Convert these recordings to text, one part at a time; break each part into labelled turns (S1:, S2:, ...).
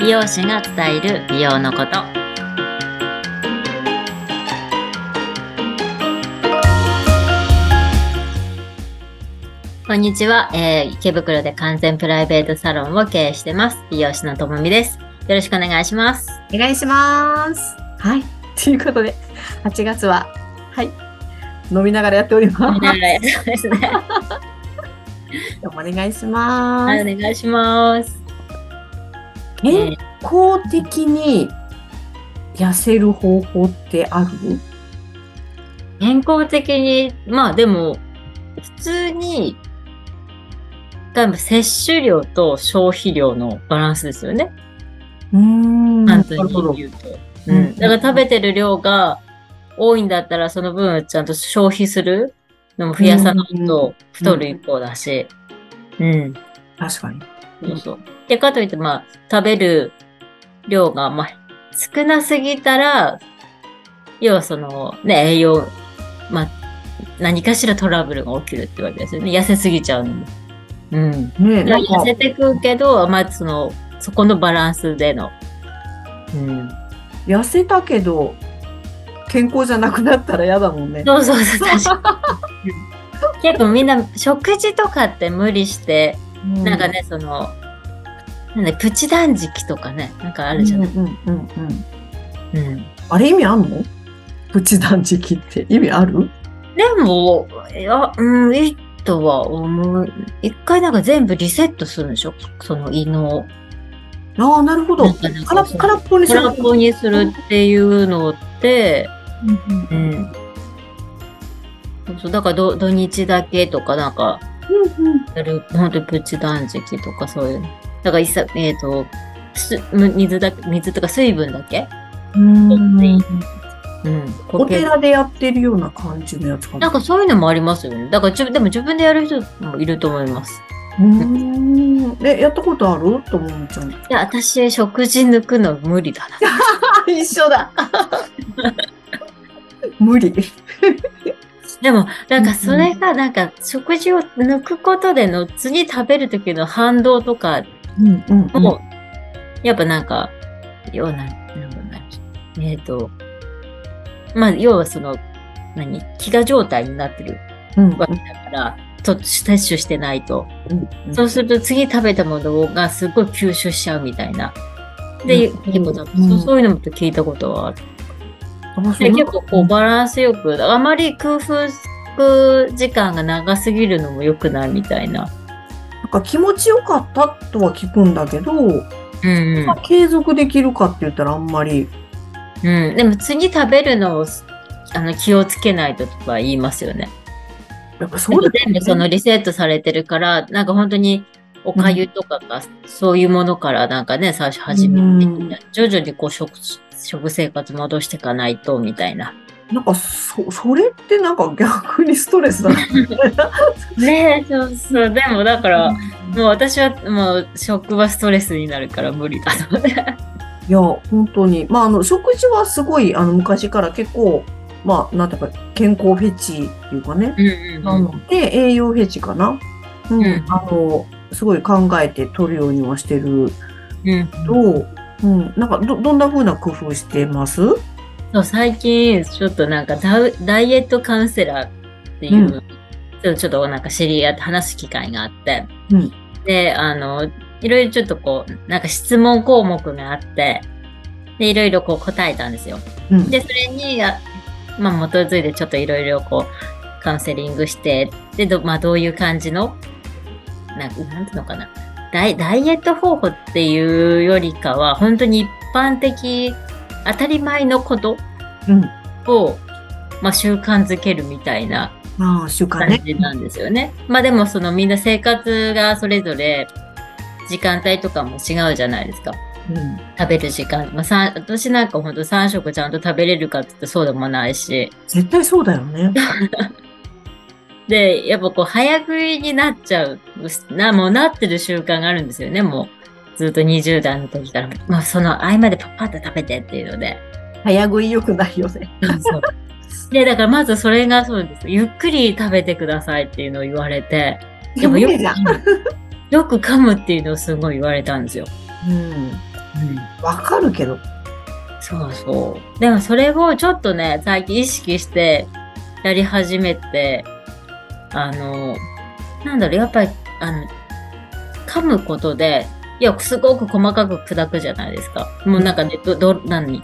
S1: 美容師が伝える美容のことこんにちは、えー池袋で完全プライベートサロンを経営してます美容師のともみですよろしくお願いします
S2: お願いします。はい。ということで、8月は、はい。飲みながらやっております。
S1: はいですね
S2: お願いしま
S1: はいお
S2: す。
S1: 願いします
S2: 健康的に痩せる方法ってある
S1: 健康的にまあでも普通に多分摂取量と消費量のバランスですよね
S2: うーん
S1: 簡
S2: な
S1: 単
S2: るほ
S1: に
S2: ど。
S1: 言うと、
S2: うん
S1: うんだから食べてる量が多いんだったらその分ちゃんと消費するのも増やさないと太る一方だしうん、
S2: 確かに。
S1: そうそうでかといってまあ食べる量がまあ少なすぎたら要はそのね栄養まあ何かしらトラブルが起きるってわけですよね痩せすぎちゃうのもうん
S2: ねえ、なんか
S1: 痩せてくけどまあそのそこのバランスでのうん
S2: 痩せたけど、健康じゃなくなったら嫌だもんね。
S1: そうそうそう、確か に。結構みんな食事とかって無理して、なんかね、その、なんだ、プチ断食とかね、なんかあ
S2: う
S1: る
S2: ん、
S1: じゃ
S2: うん
S1: ない。
S2: うんうんうん。
S1: うん。
S2: あれ意味あんのプチ断食って意味ある
S1: でも、いや、うん、いいとは思う。一回なんか全部リセットするんでしょその胃の。
S2: ああ、なるほど。
S1: なんかなんか
S2: 空っ
S1: そう
S2: 空っぽにす
S1: ト
S2: る。
S1: ラップにするっていうのって、
S2: うんうん
S1: うん。そうだからど土日だけとかなんか
S2: うんうん
S1: やる、本当にプチ断食とかそういうの。だからいさ、えっ、と、すむ水だけ、水とか水分だけ
S2: うん
S1: うん。
S2: お
S1: 固形
S2: 寺でやってるような感じのやつか
S1: なん
S2: な。
S1: かそういうのもありますよね。だから自分、でも自分でやる人もいると思います。
S2: うーん。え、やったことあるともみちゃん。
S1: いや、私、食事抜くの無理だな。
S2: 一緒だ。 無理。
S1: でも、なんかそれが、なんか食事を抜くことでの次食べる時の反動とか
S2: うんうんうん。
S1: も、やっぱなんか、要はなん、なんだろうな。えっ、と、まあ、要はその、何飢餓状態になってる
S2: うん
S1: わけだから、ちょっと摂取してないと。
S2: うん
S1: そうすると次食べたものがすごい吸収しちゃうみたいな。で、
S2: うん
S1: 結構だ
S2: うん
S1: そうそういうのも聞いたことはある。
S2: あそう
S1: で結構こうバランスよく、あまり空腹時間が長すぎるのも良くないみたいな。
S2: なんか気持ちよかったとは聞くんだけど、
S1: うん、うん
S2: まあ継続できるかって言ったらあんまり。
S1: うん。でも次食べるのをあの気をつけないととか言いますよね。
S2: やっぱそうだよ
S1: 全部そのリセットされてるから、なんか本当におかゆとかが、そういうものからなんかね、最初始めて、
S2: うん
S1: 徐々にこう食、食生活戻していかないとみたいな。
S2: なんかそ、それってなんか逆にストレスだね。
S1: ねえ、そうそう。でもだ から、もう私はもう職場ストレスになるから無理だと思って。
S2: いや、本当に。まあ、あの、食事はすごい、あの、昔から結構、まあ、なんていうか、健康フェチっていうかね。
S1: うん
S2: なので、栄養フェチかな。うん。
S1: うん
S2: あの、すごい考えて取るようにはしてる
S1: うん。
S2: と、うん。なんか、ど、どんな風な工夫してます
S1: そう最近、ちょっとなんかダウダイエットカウンセラーっていう、
S2: うん
S1: ちょっとちょっとなんか知り合って話す機会があって、
S2: うん
S1: で、あの、いろいろちょっとこう、なんか質問項目があって、で、いろいろこう答えたんですよ。
S2: うん。
S1: で、それに、あまあ、基づいてちょっといろいろこう、カウンセリングして、で、ど,、まあ、どういう感じの、なんなんていうのかなダイ、ダイエット方法っていうよりかは、本当に一般的、当たり前のこと
S2: うん。
S1: を、まあ、習慣づけるみたいな
S2: まあ、習慣
S1: 感
S2: ね。
S1: じなんですよね。まあでもそのみんな生活がそれぞれ時間帯とかも違うじゃないですか。
S2: うん。
S1: 食べる時間。まあ、さん私なんか本当3食ちゃんと食べれるかって言ってそうでもないし。
S2: 絶対そうだよね。
S1: で、やっぱこう早食いになっちゃう。な、もうなってる習慣があるんですよね、もう。ずっと20代の時から。まあその合間でパッパッと食べてっていうので。
S2: 早食い良くないよね。
S1: そう
S2: で す。
S1: で、だからまずそれがそうです。ゆっくり食べてくださいっていうのを言われて、でもよく
S2: 無理だ
S1: 噛む、よく噛むっていうのをすごい言われたんですよ。
S2: うん。
S1: うん
S2: わかるけど。
S1: そうそう。でもそれをちょっとね、最近意識してやり始めて、あの、なんだろう、やっぱり、あの、噛むことで、いや、すごく細かく砕くじゃないですか。もうなんかね、ど、ど、何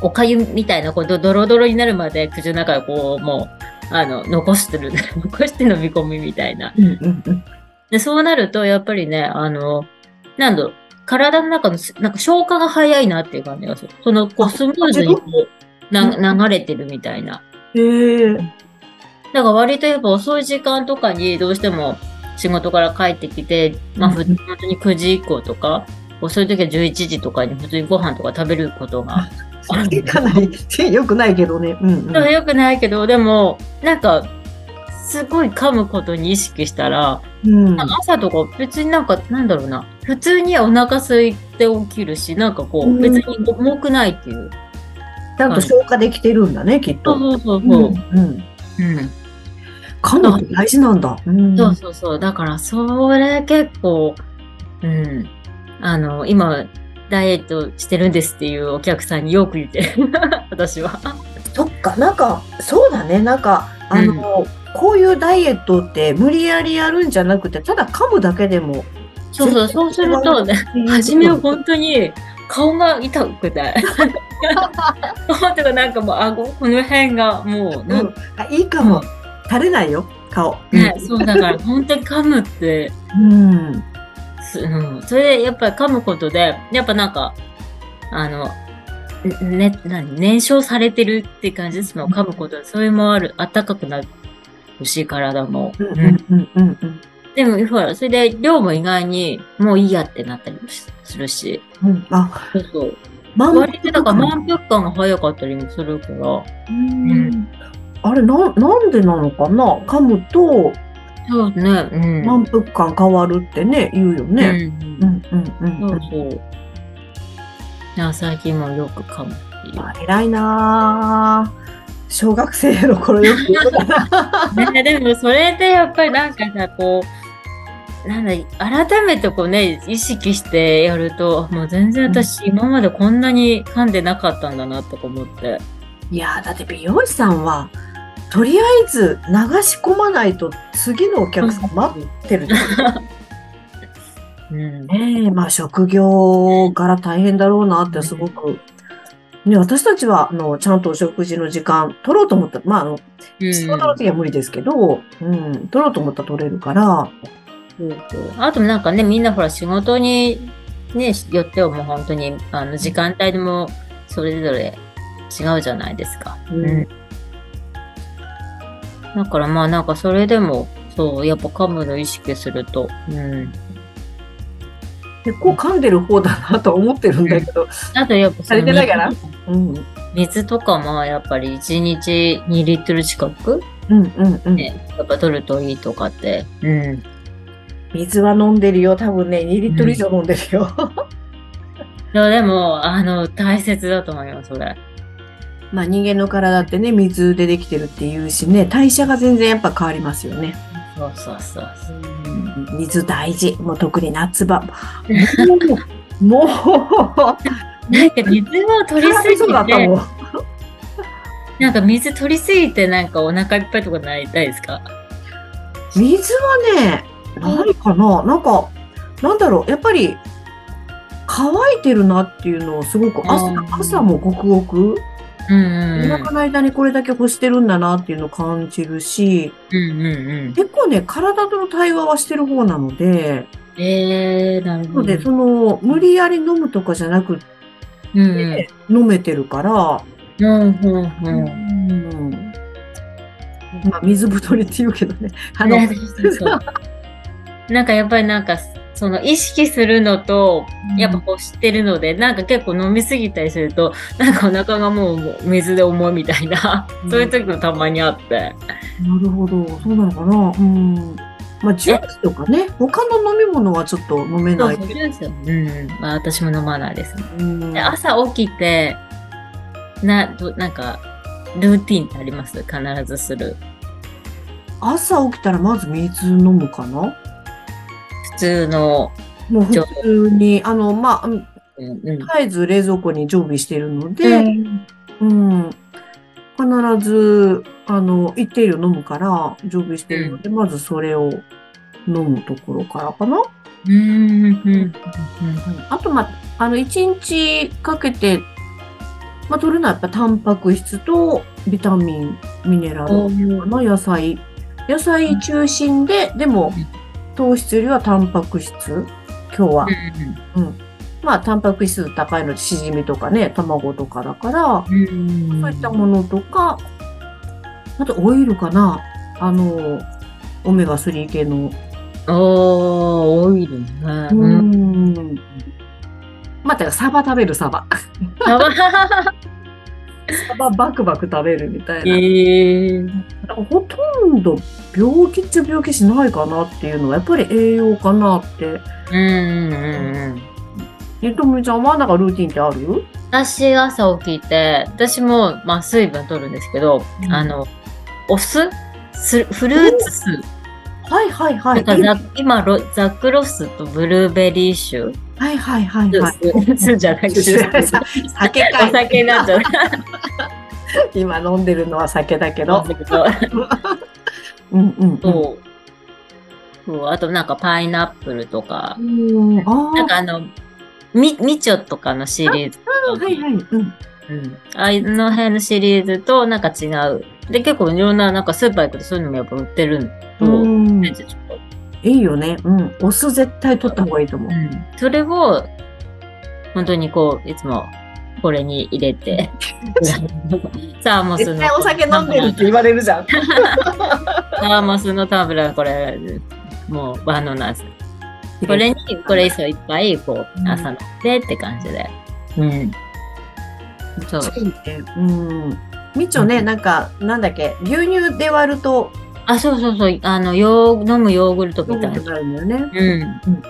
S1: おかゆみたいな、こう、どドロドロになるまで口の中をこう、もう、あの、残してる、 残して飲み込みみたいな。
S2: うんうんうん。
S1: で、そうなると、やっぱりね、あの、なんだろう、体の中のす、なんか消化が早いなっていう感じがする。その、こう、
S2: あ
S1: スムーズにこう、
S2: 自分
S1: な流れてるみたいな。
S2: へえ。
S1: だから割とやっぱ遅い時間とかにどうしても仕事から帰ってきて、まあ、ふ
S2: うん
S1: 本当に9時以降とか、遅い時は11時とかに普通にご飯とか食べることが。
S2: それかなり 良くないけどね。うん、うん。
S1: でも良くないけど、でも、なんか、すごい噛むことに意識したら、
S2: うん。
S1: 朝とか別になんかなんだろうな普通にはお腹空いて起きるしなんかこ
S2: うん
S1: う別に重くないっていう、
S2: ちゃんと消化できてるんだね、きっと。
S1: そうそうそう
S2: う
S1: そう、
S2: ん。
S1: う
S2: うん。
S1: ん
S2: 噛むって大事なんだ。うん。
S1: そうそうそうだからそれ結構うんあの今ダイエットしてるんですっていうお客さんによく言って る私は
S2: そっか、なんか、そうだね、なんか、あの、こういうダイエットって無理やりやるんじゃなくて、ただ噛むだけでも。
S1: そうそうそうするとね初めは本当に顔が痛くて 顔とかなんかもう顎この辺がもう
S2: う
S1: なん
S2: ん、あいいかも。垂れないよ、顔。
S1: ね、そうだから本当に噛むって
S2: うん。
S1: すうん、それでやっぱり噛むことでやっぱなんかあのね何燃焼されてるって感じですもん噛むことでそれもあるあったかくなるし体も、
S2: うんうんうんうんうん。
S1: でもほらそれで量も意外にもういいやってなったりもしするし
S2: うん、あ、
S1: そうそう
S2: 満
S1: 割とだから満腹感が早かったりもするから
S2: うんあれな、なんでなのかな噛むと
S1: そうねうん
S2: 満腹感変わるってね、言うよね。
S1: うん
S2: うんうんうん。
S1: そううんそうな最近もよく噛むっていう
S2: あ偉いなぁ。小学生の頃 よく言うことだな。
S1: ね、でもそれでやっぱりなんかさこうなんだ改めてこうね意識してやるともう全然私今までこんなに噛んでなかったんだなとか思って
S2: いやーだって美容師さんはとりあえず流し込まないと次のお客さん待ってるじゃん。
S1: うん
S2: ねえ まあ職業から大変だろうなってすごく。ね、私たちはあのちゃんとお食事の時間取ろうと思ったまああの
S1: うん
S2: 仕事の時は無理ですけど、うん、取ろうと思ったら取れるから、
S1: あとなんかねみんなほら仕事にねよってはもう本当にあの時間帯でもそれぞれ違うじゃないですか。
S2: うん
S1: うんだからまあなんかそれでもそうやっぱ噛むの意識すると、うん、
S2: 結構噛んでる方だなと思ってるんだけど、
S1: あとやっぱそ
S2: され
S1: の
S2: てないかなうん、うん
S1: 水とかもやっぱり1日2リットル近く
S2: うんうん
S1: ねやっぱ取るといいとかって、うん、
S2: 水は飲んでるよ多分ね2リットル以上飲んでるよ。
S1: いやでもあの大切だと思いますそれ
S2: まあ人間の体ってね、水でできてるっていうしね、代謝が全然やっぱ変わりますよね。
S1: そうそうそうそう
S2: 水大事。 もう特に夏場。もう、も
S1: なんか水を取りす ぎ
S2: う、そうだった
S1: て
S2: もん。
S1: なんか水取りすぎてなんかお腹いっぱいとかなりたいですか
S2: 水はね、ないかななんか、なんだろう、やっぱり、乾いてるなっていうのをすごく朝
S1: あ、ー
S2: 朝もごくごく、
S1: うん
S2: お
S1: うん
S2: 腹の間にこれだけ干してるんだなっていうのを感じるし、
S1: うんうんうん
S2: 結構ね、体との対話はしてる方なので、
S1: えー、なる
S2: な
S1: ほ
S2: の
S1: ど
S2: で、その、無理やり飲むとかじゃなくて、
S1: うん
S2: 飲めてるから、
S1: うんうんうんうん
S2: うんまあ、水太りって言うけど ね。あの、
S1: ねそうそうなんかやっぱりなんかその意識するのとやっぱ欲してるので、なんか結構飲みすぎたりすると、なんかお腹がもう水で重いみたいな、
S2: うん
S1: そういう時もたまにあって。
S2: なるほど、そうなのかな。うん。まあ、ジュースとかね、他の飲み物はちょっと飲め
S1: そ
S2: な
S1: う
S2: い
S1: そう
S2: けど。
S1: ですよ。うん。まあ私も飲まないですね。
S2: うん
S1: で朝起きて、な、どなんか、ルーティンってあります必ずする。
S2: 朝起きたらまず水飲むかな
S1: 普通の、
S2: もう普通に、あの、まあ、うん
S1: うん、うん
S2: 絶えず冷蔵庫に常備しているので、うん、必ず、あの、一定量飲むから、常備してるので、まずそれを飲むところからかな。
S1: うん、うん、うん。
S2: あと、まあ、あの、一日かけて、まあ、取るのはやっぱタンパク質とビタミン、ミネラルかな、野菜。野菜中心で、でも
S1: うん、
S2: 糖質よりはタンパク質、今日は。うん。まあ、タンパク質高いので、しじみとかね、卵とかだから、
S1: うん
S2: そういったものとか、あとオイルかな。あの、オメガ3系の。
S1: おー、オイルね。
S2: う
S1: うん。
S2: ん。まあ、てかサバ食べる、サバ。
S1: やば
S2: サババクバク食べるみたい
S1: い。
S2: な。
S1: えー、
S2: ほとんど病気っちゃ病気しないかなっていうのは、やっぱり栄養かなって。
S1: うん、うん、うん。
S2: え、ともみちゃんはなんかルーティンってある
S1: 私朝起きて私も、まあ、水分取るんですけど、
S2: うん
S1: あのお酢すフルーツ酢
S2: はいはいは
S1: と
S2: い。
S1: か、
S2: は
S1: ざ今ロザクロスとブルーベリー酒、
S2: いはいはいはい。
S1: 酢酢じゃなくて
S2: さ酒か
S1: お
S2: い
S1: 酒になっちゃう
S2: 今飲んでるのは酒だけど
S1: ん。ですけど
S2: うんうん。
S1: そうそうあとなんかパイナップルとか
S2: う。うん。あ
S1: なん
S2: あ。
S1: かあのみみちょとかのシリーズ
S2: はいはい。うん。
S1: うん、あの辺のシリーズとなんか違うで結構いろんななんかスーパー行くとそういうのもやっぱ売ってるんと、
S2: うん
S1: ちょっと
S2: いいよね。うん。お酢絶対取った方がいいと思う。
S1: それを、本当にこう、いつも、これに入れ て、サーモスの。
S2: 絶対お酒飲んでるって言われるじゃん。
S1: サーモスのタブラ、これ、もう、バナナズ。これに、これ以上いっぱい、こう
S2: う、ん
S1: 朝飲んでって感じで。うん。そう。
S2: いいね。うん。みちょね、なんか、なんだっけ、牛乳で割ると、
S1: あ、そうそうそう、あの、ヨー飲むヨーグルト
S2: 良
S1: み
S2: く
S1: た
S2: ない
S1: な。
S2: るんだよね。
S1: うん。
S2: うんうん。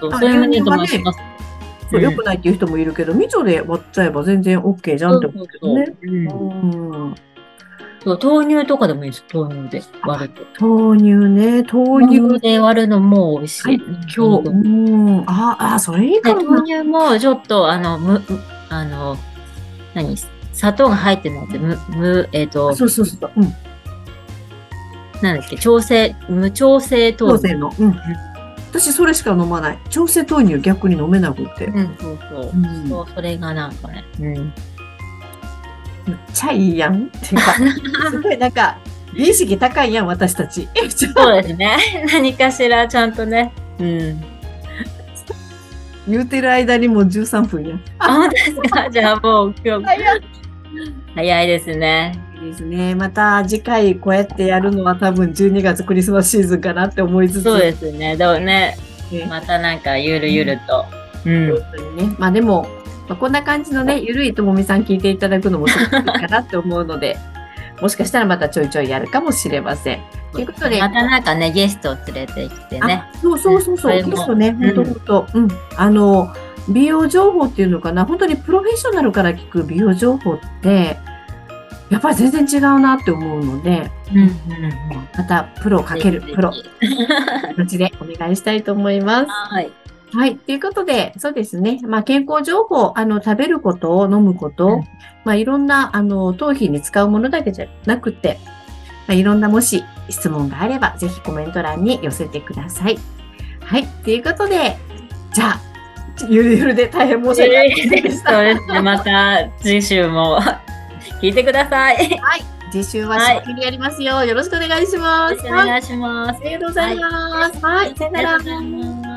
S1: そう、
S2: あ
S1: それもね、
S2: 牛乳は
S1: 友
S2: ね
S1: 達ます。
S2: そ
S1: う
S2: う、
S1: ん
S2: 良くないっていう人もいるけど、みちょで割っちゃえば全然 OK じゃん
S1: そ
S2: っ
S1: う
S2: て
S1: そ
S2: 思
S1: う
S2: うけ
S1: そうう
S2: どね。
S1: ん
S2: うん。
S1: そう豆乳とかでもいいです。豆乳で割ると。
S2: 豆乳ね、豆乳。
S1: 豆乳で割るのも美味し
S2: はい
S1: い。
S2: 今日、うん。ああ、それいい
S1: で
S2: かも
S1: 豆乳
S2: な。
S1: もちょっとあのむむあの何砂糖が入ってないってむむえっ、と
S2: そうそうそう。うん。
S1: なんだっけ調整無調整
S2: 当
S1: 糖
S2: 然の。うん。私、それしか飲まない。調整豆乳逆に飲めなくって。
S1: うんそうそう
S2: う、ん。
S1: そうそれがなんかね、うん、
S2: めっちゃいいやんっていう か、すごいなんか、美意識高いやん、私たち。
S1: そうですね 何かしらちゃんとねうん
S2: 言うてる間にもう13分やん。
S1: あ本当です かじゃあもう今日
S2: 早い
S1: 早いですね
S2: ですね。また次回こうやってやるのは多分12月クリスマスシーズンかなって思いつつ、
S1: そうですねでもねまたなんかゆるゆると、うん、
S2: 本当にね。まあでも、まあ、こんな感じのね、ゆるいともみさん聞いていただくのもすごくいいかなって思うので、もしかしたらまたちょいちょいやるかもしれません。ということで、
S1: またなんかねゲストを連れてきてね
S2: あそうそうそうそう、
S1: うん
S2: ゲストね、
S1: う
S2: 本
S1: ん
S2: 当本当、うん、あの美容情報っていうのかな、本当にプロフェッショナルから聞く美容情報って。やっぱり全然違うなって思うので、
S1: うんうんうん
S2: またプロかける
S1: ぜひ
S2: プロ、
S1: ぜ
S2: 後でお願いしたいと思いま
S1: ひ
S2: す。
S1: はい
S2: はい。ということで、そうですね。まあ、健康情報、あの、食べること、飲むこと、
S1: うん
S2: まあ、いろんな、あの、頭皮に使うものだけじゃなくて、まあ、いろんなもし質問があれば、ぜひコメント欄に寄せてください。はい。ということで、じゃあ、ゆるゆるで大変申し訳ないでし
S1: そ
S2: た。
S1: うですね。また次週も 聞いてください。よ
S2: 次週は真剣にやりますよ。よろしくお願いしま
S1: ろ
S2: す。
S1: しくお
S2: はい。あ
S1: 願いします。
S2: りがとうございます。はい。さよな
S1: ありが
S2: ら
S1: とうご。ざいます。